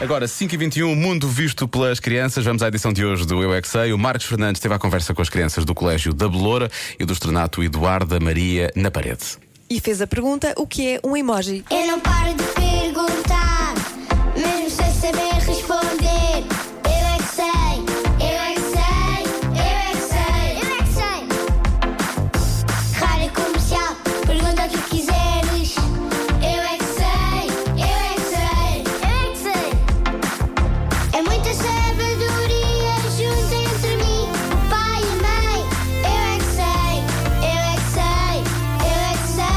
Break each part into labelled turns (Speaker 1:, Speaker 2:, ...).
Speaker 1: Agora, 5h21, mundo visto pelas crianças. Vamos à edição de hoje do Eu é Que Sei. O Marcos Fernandes teve a conversa com as crianças do Colégio da Beloura e do Estrenato Eduarda Maria na parede.
Speaker 2: E fez a pergunta: o que é um emoji?
Speaker 3: Eu não paro de perguntar, mesmo sem saber responder. Eu é que sei, eu é que sei, eu é que sei, eu é que sei. Rádio comercial, pergunta o que quiseres. Eu é que sei, eu é que sei, eu é que sei. É muita sabedoria junto entre mim, o pai e a mãe. Eu é que sei, eu é que sei, eu é que sei.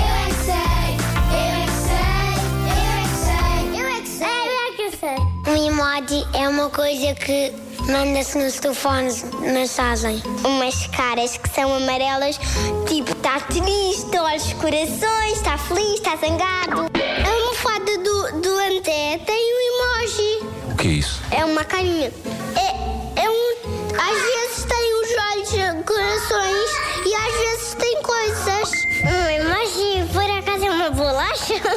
Speaker 3: Eu é que sei, eu é que sei, eu é que sei. Eu é que sei, eu é que sei. Um emoji é uma coisa que manda-se nos telefones mensagem. Umas caras que são amarelas, tipo, está triste, olhos corações, está feliz, está zangado. A almofada do, do André tem um emoji.
Speaker 1: O que é isso?
Speaker 3: É uma carinha. É, é um. Às vezes tem os olhos corações e às vezes tem coisas. Um emoji, por acaso é uma bolacha?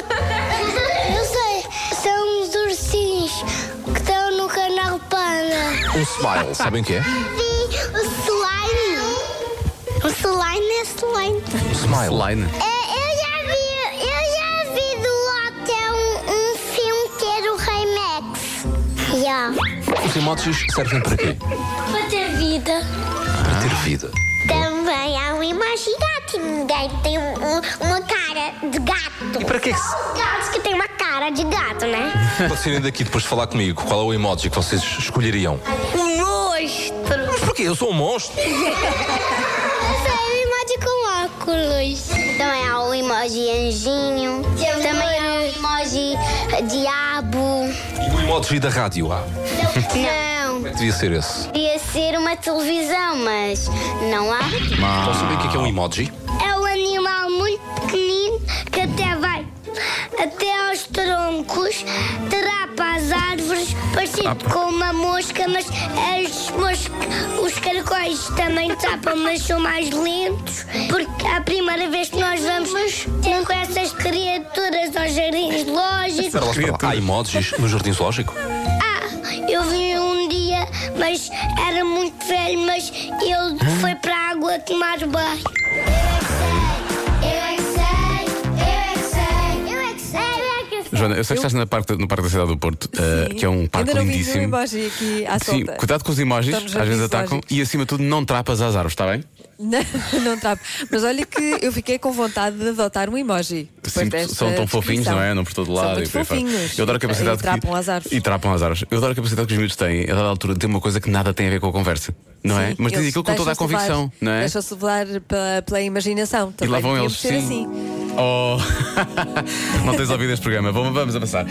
Speaker 3: Eu sei, são os ursinhos que estão no canal Pana.
Speaker 1: Um smile, sabem o que é?
Speaker 3: Vi o slime. O slime é slime.
Speaker 1: Um
Speaker 4: Um
Speaker 1: Smile. Line.
Speaker 3: Eu, É, eu já vi, eu já vi do hotel um, um filme que era o Rei Max. Já.
Speaker 4: Os emojis servem para quê?
Speaker 3: Para ter vida.
Speaker 4: Para
Speaker 1: Ah.
Speaker 4: ter vida.
Speaker 3: Também há um emoji gato. Ninguém tem um- um- uma cara de gato. E
Speaker 4: para que é que se-
Speaker 3: Gatos que têm uma cara de gato, né?
Speaker 4: Vocês irem daqui depois de falar comigo, qual é o emoji que vocês escolheriam?
Speaker 3: Um monstro.
Speaker 4: Mas porquê? Eu sou um monstro.
Speaker 3: Esse é o emoji com óculos. Também há o emoji anjinho. Também há o emoji diabo.
Speaker 4: E o Um emoji da rádio, ah.
Speaker 3: Não.
Speaker 4: como é que Devia ser esse.
Speaker 3: Podia ser uma televisão, mas não há.
Speaker 1: Ah.
Speaker 4: Estão a saber o que é, que é um emoji?
Speaker 3: É um animal muito pequenino que até vai até aos troncos, trapa as árvores, parecido com uma mosca, mas as mosca- os caracóis também trapam, mas são mais lentos, porque é a primeira vez que nós vamos ter com essas criaturas aos jardins lógicos.
Speaker 4: Espera lá, espera lá. Há emojis no jardim zoológico?
Speaker 3: Ah, eu vi um dia, mas era muito velho, mas ele foi para a água tomar banho. Eu é que sei, eu é que sei, eu é que sei, eu é que sei, eu é que sei.
Speaker 1: Joana, eu sei que estás na parte, no Parque da Cidade do Porto, eh,
Speaker 2: Sim.
Speaker 1: que é um parque
Speaker 2: Ainda não vi
Speaker 1: lindíssimo.
Speaker 2: nenhum emoji aqui
Speaker 1: Sim,
Speaker 2: à Ah, solta.
Speaker 1: cuidado com os emojis,
Speaker 2: Estamos
Speaker 1: às vezes
Speaker 2: nos
Speaker 1: atacam
Speaker 2: emojis.
Speaker 1: e acima de tudo não trapas às árvores, está bem?
Speaker 2: Não, não trapo. Mas olha que eu fiquei com vontade de adotar um emoji. depois
Speaker 1: Sim,
Speaker 2: desta
Speaker 1: são tão fofinhos,
Speaker 2: definição.
Speaker 1: não é? Andam por todo lado
Speaker 2: São muito
Speaker 1: e por aí fora.
Speaker 2: fofinhos.
Speaker 1: Eu adoro a capacidade
Speaker 2: E trapam
Speaker 1: que...
Speaker 2: as árvores.
Speaker 1: E trapam as árvores. Eu adoro a capacidade que os miúdos têm, a dada altura, de ter uma coisa que nada tem a ver com a conversa, não é?
Speaker 2: Sim,
Speaker 1: Mas diz
Speaker 2: eles
Speaker 1: aquilo com toda a
Speaker 2: deixam-se levar-
Speaker 1: convicção, não é?
Speaker 2: Deixam-se levar pela, pela imaginação.
Speaker 1: E
Speaker 2: Também
Speaker 1: lá vão
Speaker 2: devíamos
Speaker 1: eles
Speaker 2: ser
Speaker 1: sim.
Speaker 2: assim.
Speaker 1: Oh, não tens ouvido este programa. Vamos, vamos avançar.